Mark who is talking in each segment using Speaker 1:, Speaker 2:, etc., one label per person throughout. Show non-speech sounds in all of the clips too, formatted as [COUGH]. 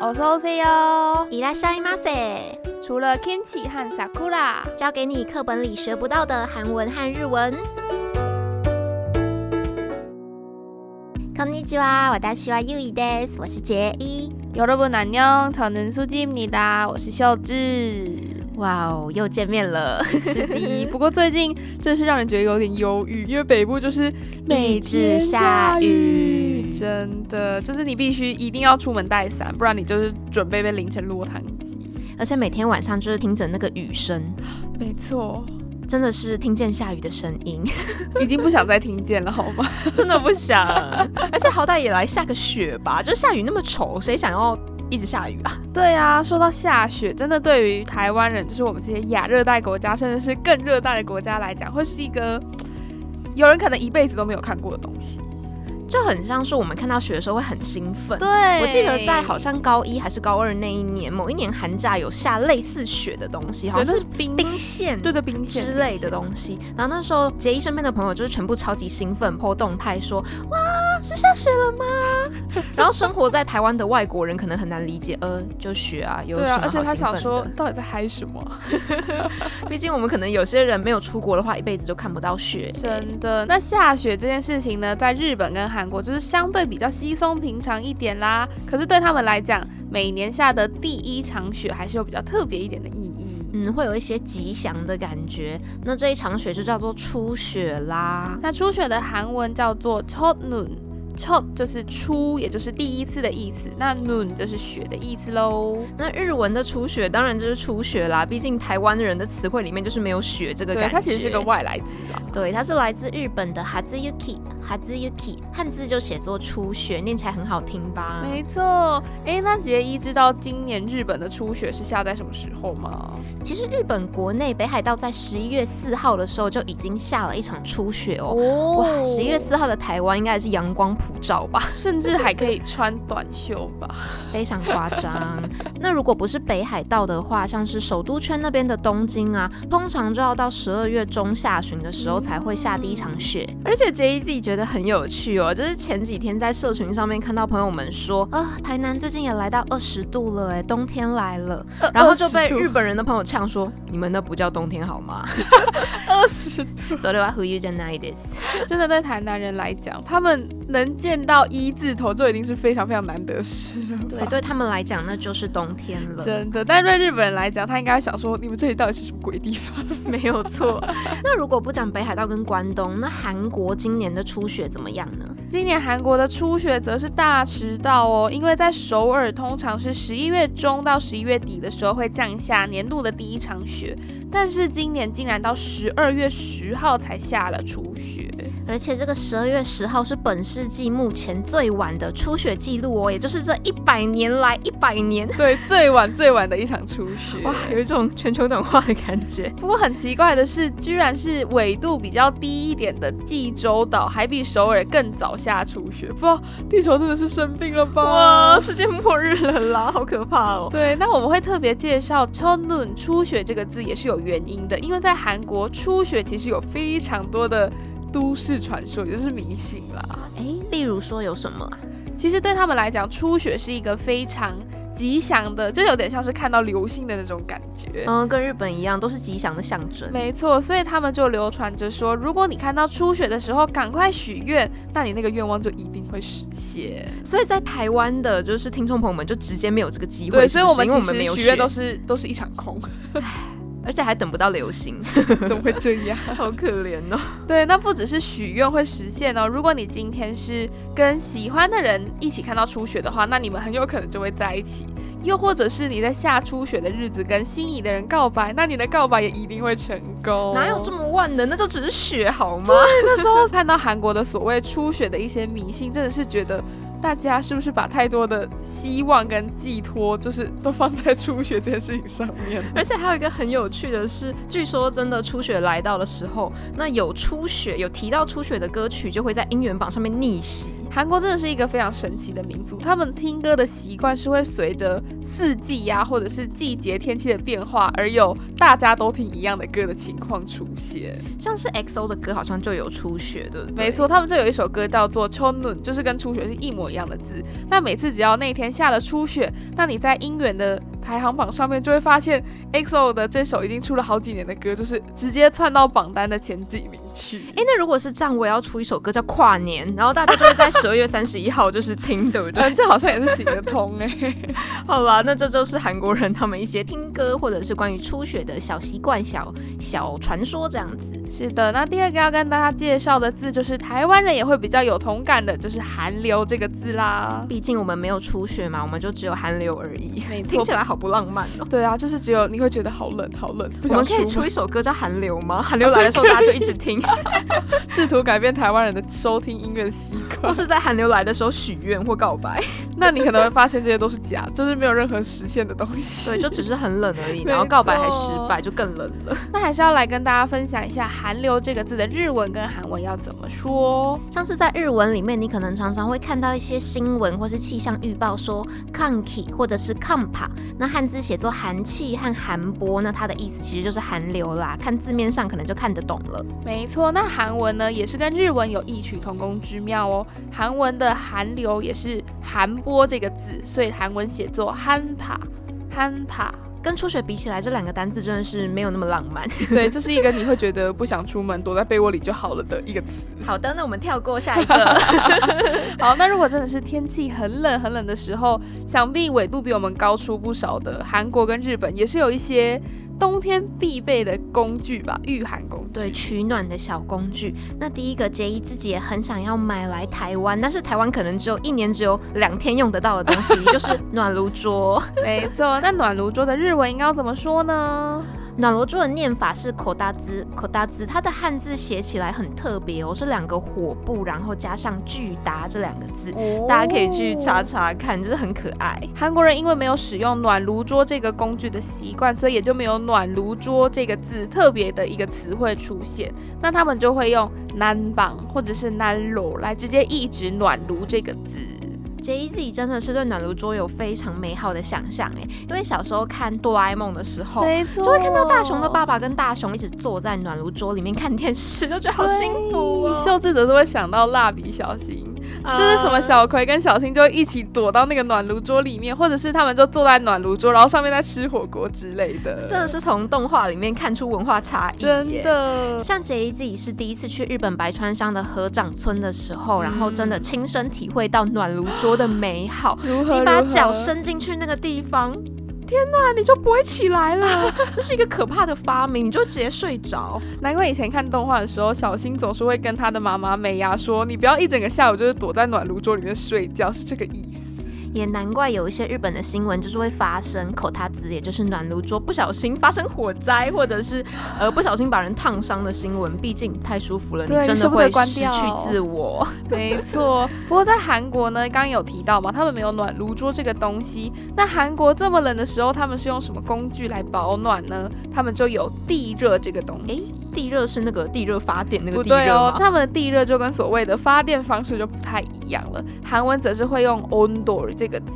Speaker 1: お寿司哟！
Speaker 2: 伊拉夏伊马塞，
Speaker 1: 除了 kimchi 和 sakura，
Speaker 2: 教给你课本里学不到的韩文和日文。こんにちは，我大西瓜 U E 伊 des，我是杰一。
Speaker 1: 여러분안녕저는수지입니다我是秀智。
Speaker 2: 哇哦，又见面了， [LAUGHS]
Speaker 1: 是的，不过最近真是让人觉得有点忧郁，因为北部就是
Speaker 2: 一直下雨，
Speaker 1: 真的，就是你必须一定要出门带伞，不然你就是准备被淋成落汤鸡。
Speaker 2: 而且每天晚上就是听着那个雨声，
Speaker 1: 没错，
Speaker 2: 真的是听见下雨的声音， [LAUGHS]
Speaker 1: 已经不想再听见了，好吗？
Speaker 2: 真的不想。 [LAUGHS] 而且好歹也来下个雪吧，就下雨那么丑，谁想要？一直下雨啊！
Speaker 1: 对啊，说到下雪，真的对于台湾人，就是我们这些亚热带国家，甚至是更热带的国家来讲，会是一个有人可能一辈子都没有看过的东西。
Speaker 2: 就很像是我们看到雪的时候会很兴奋。
Speaker 1: 对，
Speaker 2: 我记得在好像高一还是高二那一年，某一年寒假有下类似雪的东西，好
Speaker 1: 对，
Speaker 2: 像
Speaker 1: 那
Speaker 2: 是
Speaker 1: 是冰
Speaker 2: 冰线
Speaker 1: 对的冰线
Speaker 2: 之类的东西。然后那时候杰一身边的朋友就是全部超级兴奋，po 动态说：“哇，是下雪了吗？” [LAUGHS] 然后生活在台湾的外国人可能很难理解，呃，就雪啊，有
Speaker 1: 对
Speaker 2: 什
Speaker 1: 啊，
Speaker 2: 么
Speaker 1: 而且
Speaker 2: 好
Speaker 1: 他
Speaker 2: 兴
Speaker 1: 想
Speaker 2: 奋
Speaker 1: 说
Speaker 2: 的？
Speaker 1: 到底在嗨什么？啊
Speaker 2: 毕竟我们可能有些人没有出国的话，一辈子就看不到雪。
Speaker 1: 真的，那下雪这件事情呢，在日本跟韩国就是相对比较稀松平常一点啦。可是对他们来讲，每年下的第一场雪还是有比较特别一点的意义。
Speaker 2: 嗯，会有一些吉祥的感觉。那这一场雪就叫做初雪啦。
Speaker 1: 那初雪的韩文叫做 chot nun。chot 就是初，也就是第一次的意思。那 nun 就是雪的意思喽。
Speaker 2: 那日文的初雪当然就是初雪啦，毕竟台湾人的词汇里面就是没有雪这个感
Speaker 1: 对，
Speaker 2: 觉。
Speaker 1: 它其实是个，外来词啊啦。
Speaker 2: 对，它是来自日本的 Hazuyuki。Hazuyuki 汉字就写作初雪，念起来很好听吧？
Speaker 1: 没错。诶，那杰一知道今年日本的初雪是下在什么时候吗？
Speaker 2: 其实日本国内北海道在十一月四号的时候就已经下了一场初雪哦。
Speaker 1: 哦
Speaker 2: 哇，十一月四号的台湾应该是阳光普照吧？
Speaker 1: 甚至还可以穿短袖吧。
Speaker 2: 非常夸张。 [LAUGHS] 那如果不是北海道的话，像是首都圈那边的东京啊，通常就要到十二月中下旬的时候才会下第一场雪。而且杰一自己觉得很有趣哦，就是前几天在社群上面看到朋友们说，啊、台南最近也来到二十度了，哎，冬天来 [LAUGHS] 了，然后就被日本人的朋友呛说，你们那不叫冬天好吗？
Speaker 1: [LAUGHS]
Speaker 2: [LAUGHS]
Speaker 1: 二十，
Speaker 2: 所以我呼吁 j a n i d i s
Speaker 1: 真的对台南人来讲，他们能见到一字头就已经是非常非常难得的事了吧。
Speaker 2: 对，对他们来讲那就是冬天了。
Speaker 1: 真的，但对日本人来讲，他应该想说，你们这里到底是什么鬼地方？
Speaker 2: [LAUGHS] 没有错。那如果不讲北海道跟关东，那韩国今年的初雪怎么样呢？
Speaker 1: 今年韩国的初雪则是大迟到哦，因为在首尔通常是十一月中到十一月底的时候会降下年度的第一场雪，但是今年竟然到十二月十号才下了初雪。
Speaker 2: 而且这个十二月十号是本世纪目前最晚的初雪记录哦，也就是这一百年来一百年。
Speaker 1: 对，最晚最晚的一场初雪。
Speaker 2: 哇，有一种全球暖化的感觉。
Speaker 1: [LAUGHS] 不过很奇怪的是，居然是纬度比较低一点的济州岛，还比首尔更早下初雪。不，知道地球真的是生病了吧
Speaker 2: 哇，？世界末日了啦，好可怕哦！
Speaker 1: 对，那我们会特别介绍 “chonun” 初雪这个字也是有原因的，因为在韩国初雪其实有非常多的都市传说，也就是迷信啦。
Speaker 2: 哎，例如说有什么啊？
Speaker 1: 其实对他们来讲，初雪是一个非常吉祥的，就有点像是看到流星的那种感觉。
Speaker 2: 嗯，跟日本一样，都是吉祥的象征。
Speaker 1: 没错，所以他们就流传着说，如果你看到初雪的时候，赶快许愿，那你那个愿望就一定会实现。
Speaker 2: 所以在台湾的，就是听众朋友们就直接没有这个机会，
Speaker 1: 对，
Speaker 2: 是
Speaker 1: 所以
Speaker 2: 不
Speaker 1: 我
Speaker 2: 是
Speaker 1: 们
Speaker 2: 因为我
Speaker 1: 其
Speaker 2: 们没
Speaker 1: 实
Speaker 2: 有
Speaker 1: 许
Speaker 2: 雪
Speaker 1: 愿都，是都是一场空， [LAUGHS]
Speaker 2: 而且还等不到流星，
Speaker 1: 怎么会这样？
Speaker 2: [LAUGHS] 好可怜哦。
Speaker 1: 对，那不只是许愿会实现哦，如果你今天是跟喜欢的人一起看到初雪的话，那你们很有可能就会在一起。又或者是你在下初雪的日子跟心仪的人告白，那你的告白也一定会成
Speaker 2: [LAUGHS]
Speaker 1: 功。
Speaker 2: 哪有这么万能？那就只是雪好吗？
Speaker 1: 那时候看到韩国的所谓初雪的一些迷信，真的是觉得大家是不是把太多的希望跟寄托，就是都放在初雪这件事情上面？
Speaker 2: 而且还有一个很有趣的是，据说真的初雪来到的时候，那有初雪有提到初雪的歌曲就会在音源榜上面逆袭。
Speaker 1: 韩国真的是一个非常神奇的民族，他们听歌的习惯是会随着四季呀、或者是季节天气的变化而有大家都听一样的歌的情况出现。
Speaker 2: 像是 XO 的歌好像就有出血，对不对？
Speaker 1: 没错，，他们就有一首歌叫做《秋눈》，就是跟初雪是一模一样的字。那每次只要那天下了初雪，那你在音源的排行榜上面就会发现，EXO 的这首已经出了好几年的歌，就是直接窜到榜单的前几名去。
Speaker 2: 哎，那如果是这样，我也要出一首歌叫《跨年》，然后大家就会在十二月三十一号就是听，对不
Speaker 1: [LAUGHS]
Speaker 2: 对？
Speaker 1: 嗯，这好像也是行得通哎、
Speaker 2: [LAUGHS] 好啦，那这就是韩国人他们一些听歌或者是关于初雪的小习惯、小小传说这样子。
Speaker 1: 是的，那第二个要跟大家介绍的字，就是台湾人也会比较有同感的，就是“寒流”这个字啦。
Speaker 2: 毕竟我们没有初雪嘛，我们就只有寒流而已。
Speaker 1: 没错
Speaker 2: 听起，来好不浪漫哦。
Speaker 1: 对啊，就是只有你会觉得好冷，好冷。不
Speaker 2: 我
Speaker 1: 想
Speaker 2: 们可以
Speaker 1: 出
Speaker 2: 出啊
Speaker 1: 门
Speaker 2: 一首歌叫《寒流》吗？寒流来的时候，大家就一直 [LAUGHS] 听，
Speaker 1: 试图改变台湾人的收听音乐的习惯
Speaker 2: [LAUGHS] 或。是在寒流来的时候许愿或告白。
Speaker 1: 那你可能会发现这些都是假，就是没有任何实现的东西。
Speaker 2: 对，就只是很冷 [LAUGHS] 而已，
Speaker 1: 没
Speaker 2: 然后告白还失
Speaker 1: 错
Speaker 2: 败，就更冷了。
Speaker 1: 那还是要来跟大家分享一下“韩流”这个字的日文跟韩文要怎么说。
Speaker 2: [LAUGHS] 像是在日文里面，你可能常常会看到一些新闻或是气象预报说 k a n k i 或者是 k a m p a 那汉字写作寒气和寒波，那它的意思其实就是寒流啦。 [LAUGHS] 看字面上可能就看得懂了。
Speaker 1: 没错，那韩文呢也是跟日文有异曲同工之妙哦。韩文的“韩流”也是“韩波”这个字，所以韩文写作“韩帕”，韩帕。
Speaker 2: 跟初雪比起来，这两个单字真的是没有那么浪漫。
Speaker 1: 对，就是一个你会觉得不想出门，躲在被窝里就好了的一个
Speaker 2: [LAUGHS]
Speaker 1: 词。
Speaker 2: [LAUGHS] 好的，那我们跳过下一个。
Speaker 1: 好，那如果真的是天气很冷很冷的时候，想必纬度比我们高出不少的韩国跟日本，也是有一些冬天必备的工具吧，御寒工具。
Speaker 2: 对，取暖的小工具。那第一个，杰伊自己也很想要买来台湾，但是台湾可能只有一年只有两天用得到的东西，就是暖炉桌。
Speaker 1: 没错。那暖炉桌的日文应该要怎么说呢？
Speaker 2: 暖炉桌的念法是口大兹，口大兹，它的汉字写起来很特别哦，是两个火部，然后加上巨达这两个字。
Speaker 1: 哦
Speaker 2: 大家可以去查。查看，就是很可爱。
Speaker 1: 韩国人因为没有使用暖炉桌这个工具的习惯，所以也就没有暖炉桌这个字特别的一个词汇出现。那他们就会用南榜或者是南罗来直接意指暖炉这个字。
Speaker 2: J Z 真的是对暖炉桌有非常美好的想象哎，因为小时候看哆啦 A 梦的时候，
Speaker 1: 没错，
Speaker 2: 就会看到大雄的爸爸跟大雄一起坐在暖炉桌里面看电视，就觉得好幸福
Speaker 1: 对
Speaker 2: 哦。
Speaker 1: 秀智则都会想到蜡笔小新，
Speaker 2: 啊
Speaker 1: 就是什么小葵跟小新就会一起躲到那个暖炉桌里面，或者是他们就坐在暖炉桌，然后上面在吃火锅之类的。
Speaker 2: 真的是从动画里面看出文化差异，
Speaker 1: 真。的，
Speaker 2: 像 J 自己是第一次去日本白川乡的合掌村的时
Speaker 1: 嗯
Speaker 2: 候，然后真的亲身体会到暖炉桌的美好。
Speaker 1: 如何
Speaker 2: 你把
Speaker 1: 如何
Speaker 2: 脚伸进去那个地方，天哪，你就不会起
Speaker 1: [LAUGHS]
Speaker 2: 来了。这是一个可怕的发明，你就直接睡着。
Speaker 1: 难怪以前看动画的时候，小新总是会跟他的妈妈美伢说：“你不要一整个下午就是躲在暖炉桌里面睡觉，是这个意思。
Speaker 2: 也难怪有一些日本的新闻就是会发生口他子，也就是暖炉桌不小心发生火灾，或者是呃不小心把人烫伤的新闻。毕竟太舒服了，你
Speaker 1: 对
Speaker 2: 真
Speaker 1: 你
Speaker 2: 的
Speaker 1: 舍不得
Speaker 2: 会
Speaker 1: 关
Speaker 2: 失
Speaker 1: 掉
Speaker 2: 去自我。”
Speaker 1: [LAUGHS] 没错。不过在韩国呢，刚刚有提到嘛，他们没有暖炉桌这个东西。那韩国这么冷的时候，他们是用什么工具来保暖呢？他们就有地热这个东
Speaker 2: 诶
Speaker 1: 西。
Speaker 2: 地热是那个地热发电那
Speaker 1: 不
Speaker 2: 个地
Speaker 1: 对
Speaker 2: 热
Speaker 1: 哦，
Speaker 2: 吗？
Speaker 1: 他们的地热就跟所谓的发电方式就不太一样了。韩文则是会用 “ondor” 这个字。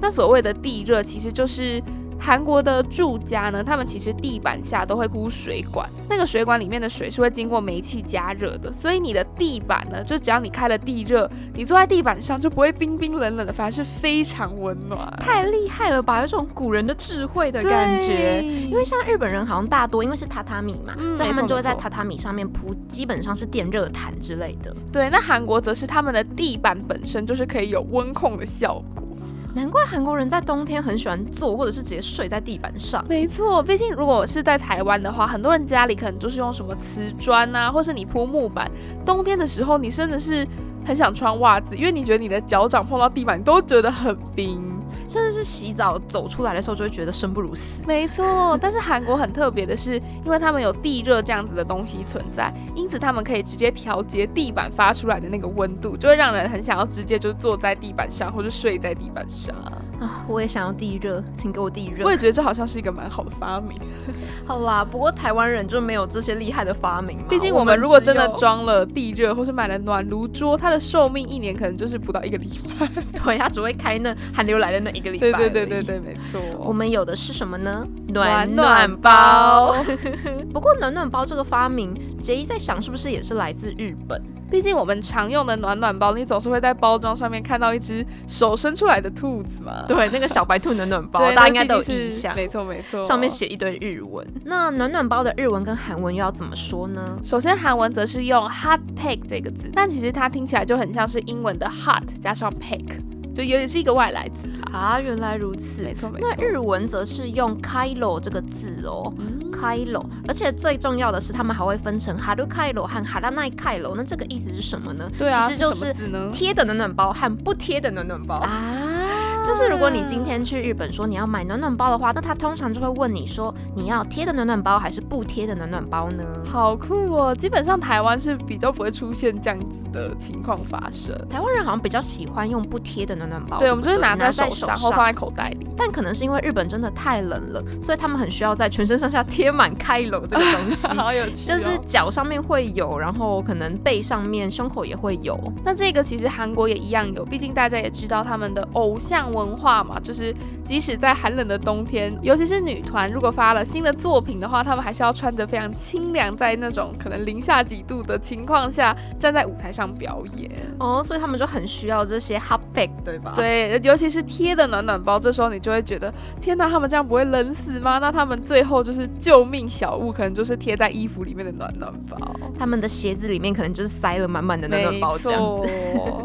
Speaker 1: 那所谓的地热，其实就是韩国的住家呢，他们其实地板下都会铺水管，那个水管里面的水是会经过煤气加热的，所以你的地板呢，就只要你开了地热，你坐在地板上就不会冰冰冷冷的，反而是非常温暖
Speaker 2: 太厉害了吧，有种古人的智慧的感觉。
Speaker 1: 因
Speaker 2: 因为像日本人好像大多因为是榻榻米嘛，
Speaker 1: 嗯
Speaker 2: 所以他
Speaker 1: 没错
Speaker 2: 们就会
Speaker 1: 没
Speaker 2: 在
Speaker 1: 错
Speaker 2: 榻榻米上面铺，基本上是电热毯之类的。
Speaker 1: 对，那韩国则是他们的地板本身就是可以有温控的效果。
Speaker 2: 难怪韩国人在冬天很喜欢坐，或者是直接睡在地板上。
Speaker 1: 没错，毕竟如果是在台湾的话，很多人家里可能就是用什么瓷砖啊，或是你铺木板。冬天的时候，你真的是很想穿袜子，因为你觉得你的脚掌碰到地板，你都觉得很冰。
Speaker 2: 甚至是洗澡走出来的时候，就会觉得生不如死。
Speaker 1: 没错，但是韩国很特别的是，因为他们有地热这样子的东西存在，因此他们可以直接调节地板发出来的那个温度，就会让人很想要直接就坐在地板上或者睡在地板上。
Speaker 2: 啊，我也想要地热，请给我地热
Speaker 1: 我。也觉得这好像是一个蛮好的发明，
Speaker 2: 好啦，不过台湾人就没有这些厉害的发明嘛。
Speaker 1: 毕竟我们如果真的
Speaker 2: 只有
Speaker 1: 装了地热或是买了暖炉桌，它的寿命一年可能就是不到一个礼拜。
Speaker 2: [LAUGHS] 对，它只会开那寒流来的那一个礼拜。
Speaker 1: 对对对对。对，没错。
Speaker 2: 我们有的是什么呢？
Speaker 1: 暖
Speaker 2: 暖
Speaker 1: 暖
Speaker 2: 包
Speaker 1: 包。
Speaker 2: 不过暖暖包这个发明，杰一在想是不是也是来自日本？
Speaker 1: [LAUGHS] 毕竟我们常用的暖暖包，你总是会在包装上面看到一只手伸出来的兔子嘛。
Speaker 2: 对，那个小白兔暖暖包，
Speaker 1: 对
Speaker 2: 大家
Speaker 1: 那
Speaker 2: 应该都有
Speaker 1: 毕竟
Speaker 2: 印
Speaker 1: 是
Speaker 2: 象。
Speaker 1: 没错没错。
Speaker 2: 上面。写一堆日文。那暖暖包的日文跟韩文又要怎么说呢？
Speaker 1: 首先，韩文则是用 hot pack 这个字，但其实它听起来就很像是英文的 hot 加上 pack，就有点是一个外来字。
Speaker 2: 啊，原来如此
Speaker 1: 没。错没错
Speaker 2: 那。日文则是用 kailo 这个字哦。
Speaker 1: 嗯
Speaker 2: kailo，而且最重要的是，他们还会分成 haru kailo 和 haranai kailo。那这个意思是什么呢？
Speaker 1: 对啊，
Speaker 2: 其实就是
Speaker 1: 什么
Speaker 2: 是
Speaker 1: 字呢
Speaker 2: 贴的暖暖包和不贴的暖暖包。
Speaker 1: 啊，
Speaker 2: 就是如果你今天去日本说你要买暖暖包的话，那他通常就会问你说你要贴的暖暖包还是不贴的暖暖包呢？
Speaker 1: 好酷哦！基本上台湾是比较不会出现这样子的情况发生。
Speaker 2: 台湾人好像比较喜欢用不贴的暖暖包，
Speaker 1: 对，我们就是
Speaker 2: 不
Speaker 1: 拿
Speaker 2: 拿
Speaker 1: 在手
Speaker 2: 手
Speaker 1: 上或放在口袋里。。
Speaker 2: 但可能是因为日本真的太冷了，所以他们很需要在全身上下贴满开楼这个东西
Speaker 1: [LAUGHS] [LAUGHS] 好有趣、哦
Speaker 2: 就是脚上面会有，然后可能背上面、胸口也会有。
Speaker 1: 那这个其实韩国也一样有，毕竟大家也知道他们的偶像文化嘛，就是即使在寒冷的冬天，尤其是女团如果发了新的作品的话，她们还是要穿着非常清凉，在那种可能零下几度的情况下站在舞台上表演。
Speaker 2: 哦，所以他们就很需要这些 hot bag，对吧？。
Speaker 1: 对，尤其是贴的暖暖包，这时候你就会觉得，天哪，他们这样不会冷死吗？那他们最后就是救命小物，可能就是贴在衣服里面的暖暖包，
Speaker 2: 他们的鞋子里面可能就是塞了满满的暖暖包这样子。
Speaker 1: 子。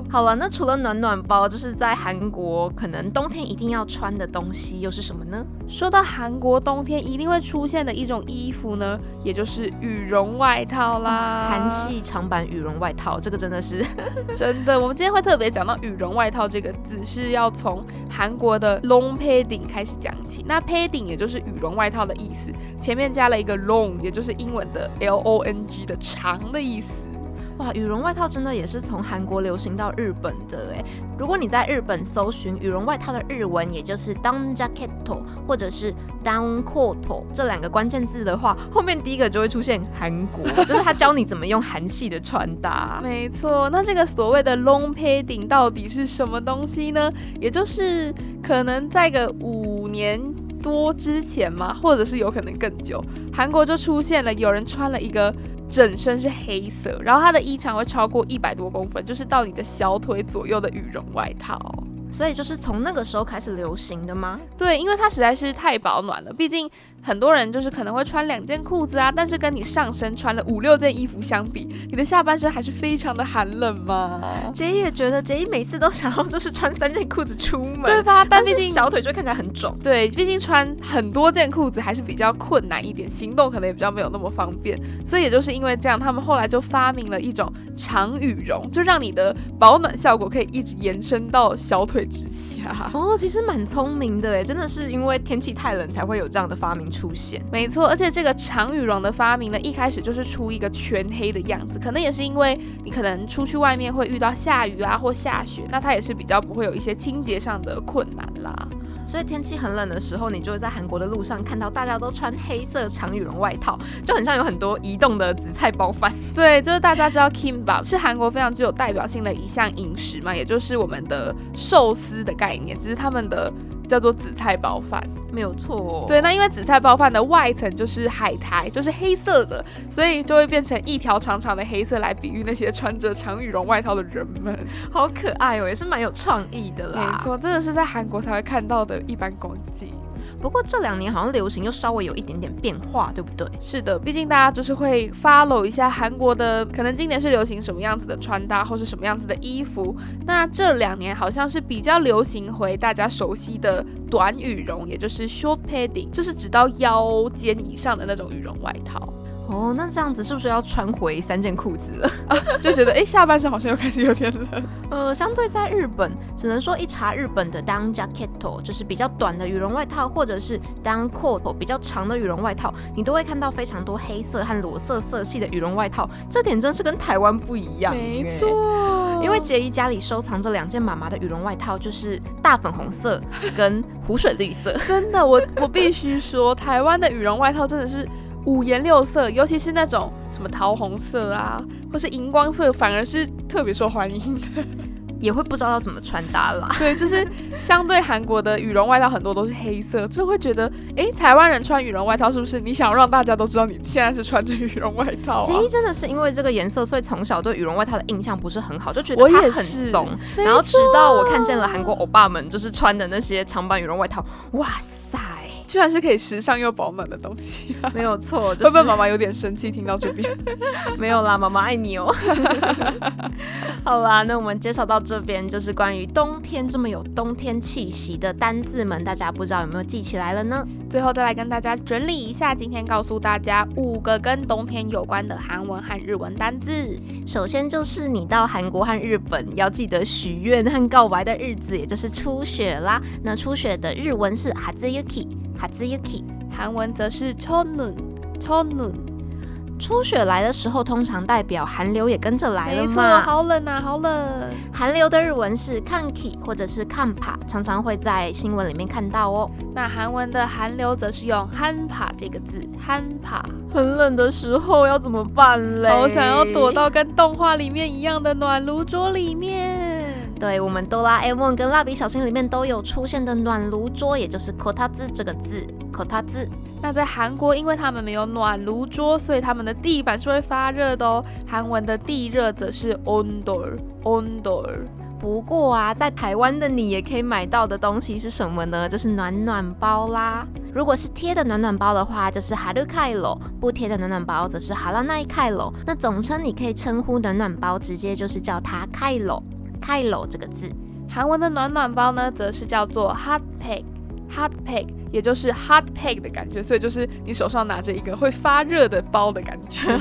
Speaker 2: 好了，那除了暖暖包，就是在韩国可能冬天一定要穿的东西又是什么呢？
Speaker 1: 说到韩国冬天一定会出现的一种衣服呢，也就是羽绒外套啦。
Speaker 2: 哦韩系长版羽绒外套，这个真的是 [LAUGHS]
Speaker 1: 真的，我们今天会特别讲到羽绒外套这个字，是要从韩国的 long padding 开始讲起。那 padding 也就是羽绒外套的意思，前面加了一个 long，也就是英文的 L O N G 的长的意思。
Speaker 2: 哇，羽绒外套真的也是从韩国流行到日本的哎。如果你在日本搜寻羽绒外套的日文，也就是 down jacket 或者是 down coat 这两个关键字的话，后面第一个就会出现韩国，就是他教你怎么用韩系的穿搭。
Speaker 1: 没错，那这个所谓的 long padding 到底是什么东西呢？也就是可能在个五年多之前嘛，或者是有可能更久，韩国就出现了有人穿了一个。整身是黑色，然后它的衣长会超过一百多公分，就是到你的小腿左右的羽绒外套。
Speaker 2: 所以就是从那个时候开始流行的吗？
Speaker 1: 对，因为它实在是太保暖了，毕竟很多人就是可能会穿两件裤子啊，但是跟你上身穿了五六件衣服相比，你的下半身还是非常的寒冷嘛。
Speaker 2: 杰也觉得杰一每次都想要就是穿三件裤子出门，
Speaker 1: 对吧？但
Speaker 2: 但
Speaker 1: 毕
Speaker 2: 是
Speaker 1: 竟
Speaker 2: 小腿就会看起来很肿。
Speaker 1: 对，毕竟穿很多件裤子还是比较困难一点，行动可能也比较没有那么方便，所以也就是因为这样，他们后来就发明了一种长羽绒，就让你的保暖效果可以一直延伸到小腿之下。 [LAUGHS]
Speaker 2: 哦，其实蛮聪明的哎，真的是因为天气太冷才会有这样的发明出现。
Speaker 1: 没错，而且这个长羽绒的发明呢，一开始就是出一个全黑的样子，可能也是因为你可能出去外面会遇到下雨啊或下雪，那它也是比较不会有一些清洁上的困难啦。
Speaker 2: 所以天气很冷的时候，你就会在韩国的路上看到大家都穿黑色长羽绒外套，就很像有很多移动的紫菜包饭。
Speaker 1: 对，就是大家知道 kimbap 是韩国非常具有代表性的一项饮食嘛，也就是我们的寿司的概念，只是他们的叫做紫菜包饭。
Speaker 2: 没有错、哦，
Speaker 1: 对，那因为紫菜包饭的外层就是海苔，就是黑色的，所以就会变成一条长长的黑色来比喻那些穿着长羽绒外套的人们。
Speaker 2: 好可爱哦，也是蛮有创意的
Speaker 1: 没
Speaker 2: 啦。。
Speaker 1: 错，真的是在韩国才会看到的一般公祭。
Speaker 2: 不过这两年好像流行又稍微有一点点变化，对不对？
Speaker 1: 是的，毕竟大家就是会 follow 一下韩国的，可能今年是流行什么样子的穿搭，或是什么样子的衣服。那这两年好像是比较流行回大家熟悉的短羽绒，也就是 short padding，就是只到腰间以上的那种羽绒外套，
Speaker 2: 哦，那这样子是不是要穿回三件裤子了？
Speaker 1: 就觉得诶，下半身好像又开始有点冷。
Speaker 2: 呃，相对在日本，只能说一查日本的 down jacket，就是比较短的羽绒外套，或者是 down coat，比较长的羽绒外套，你都会看到非常多黑色和裸色色系的羽绒外套。这点真是跟台湾不一
Speaker 1: [LAUGHS]
Speaker 2: 样，
Speaker 1: 没。错。
Speaker 2: 因为杰伊家里收藏着两件妈妈的羽绒外套，就是大粉红色跟湖水绿色。
Speaker 1: 真的，我我必须说，台湾的羽绒外套真的是五颜六色，尤其是那种什么桃红色啊，或是荧光色，反而是特别受欢迎。
Speaker 2: 也会不知道要怎么穿搭啦。
Speaker 1: [LAUGHS] 对，就是相对韩国的羽绒外套，很多都是黑色，就会觉得，诶，台湾人穿羽绒外套是不是你想让大家都知道你现在是穿着羽绒外套、啊？
Speaker 2: 杰伊真的是因为这个颜色，所以从小对羽绒外套的印象不是很好，就觉得
Speaker 1: 我
Speaker 2: 它
Speaker 1: 也
Speaker 2: 很
Speaker 1: 是
Speaker 2: 怂。然后直到我看见了韩国欧巴们就是穿的那些长版羽绒外套，哇塞，
Speaker 1: 居然是可以时尚又饱满的东西、啊，
Speaker 2: 没有错，就
Speaker 1: 会不会
Speaker 2: 是
Speaker 1: 妈妈有点生气？听到这边，
Speaker 2: 没有啦，妈妈爱你哦。 [LAUGHS] 好啦，那我们介绍到这边就是关于冬天这么有冬天气息的单字们，大家不知道有没有记起来了呢？
Speaker 1: [LAUGHS] 最后再来跟大家整理一下，今天告诉大家五个跟冬天有关的韩文和日文单字。
Speaker 2: 首先就是你到韩国和日本要记得许愿和告白的日子，也就是初雪啦。那初雪的日文是 Hazuyuki。Hazuyuki，
Speaker 1: 韩文则是초눈，초눈，
Speaker 2: 初雪来的时候，通常代表寒流也跟着来了
Speaker 1: 没错，
Speaker 2: 嘛。
Speaker 1: 好冷啊，好冷。
Speaker 2: 寒流的日文是 kanki 或者是 kanpa，常常会在新闻里面看到哦。
Speaker 1: 那韩文的寒流则是用한파这个字，한파。
Speaker 2: 很冷的时候要怎么办嘞？
Speaker 1: 好想要躲。到跟动画里面一样的暖炉桌里面。
Speaker 2: 对我们哆啦 A 梦跟蜡笔小新里面都有出现的暖炉桌，也就是 kotatsu 这个字，kotatsu。
Speaker 1: 那在韩国，因为他们没有暖炉桌，所以他们的地板是会发热的哦。韩文的地热则是온 d o r 온 d o r
Speaker 2: 不过啊，在台湾的你也可以买到的东西是什么呢？就是暖暖包啦。如果是贴的暖暖包的话，就是哈鲁开罗；不贴的暖暖包则是哈拉奈开罗。那总称你可以称呼暖暖包，直接就是叫它开罗。开罗这个 [LAUGHS] 字，
Speaker 1: 韩文的暖暖包呢，则是叫做 hot pack。hot pack 也就是 hot pack 的感觉，所以就是你手上拿着一个会发热的包的感 [LAUGHS] 觉，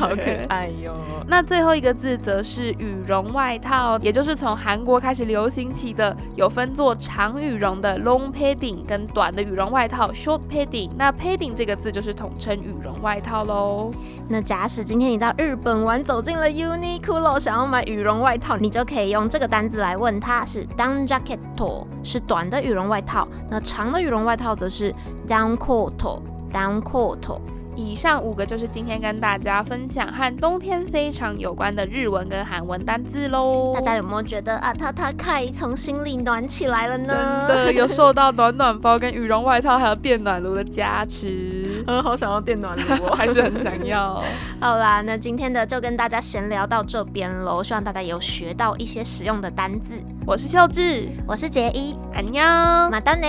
Speaker 2: 爱哟、
Speaker 1: 那最后一个字则是羽绒外套，也就是从韩国开始流行起的，有分做长羽绒的 long padding 跟短的羽绒外套 short padding。那 padding 这个字就是统称羽绒外套喽。
Speaker 2: 那假使今天你到日本玩，走进了 Uniqlo，想要买羽绒外套，你就可以用这个单字来问它是 down jacket，是短的羽绒外套；那长的羽绒外套则是 down coat，down coat。
Speaker 1: 以上五个就是今天跟大家分享和冬天非常有关的日文跟韩文单字喽。
Speaker 2: 大家有没有觉得啊，它它开从心里暖起来了
Speaker 1: 真
Speaker 2: 呢？，
Speaker 1: 的有受到暖暖包跟羽绒外套还有电暖炉的加持
Speaker 2: 嗯，好想要电暖炉
Speaker 1: [LAUGHS]
Speaker 2: 哦 [LAUGHS]
Speaker 1: 我还是很想 [LAUGHS] 要。
Speaker 2: 好啦，那今天的就跟大家闲聊到这边喽，希望大家有学到一些实用的单字。
Speaker 1: 我是秀智，
Speaker 2: 我是杰伊，
Speaker 1: 安妞。
Speaker 2: 马丹呢。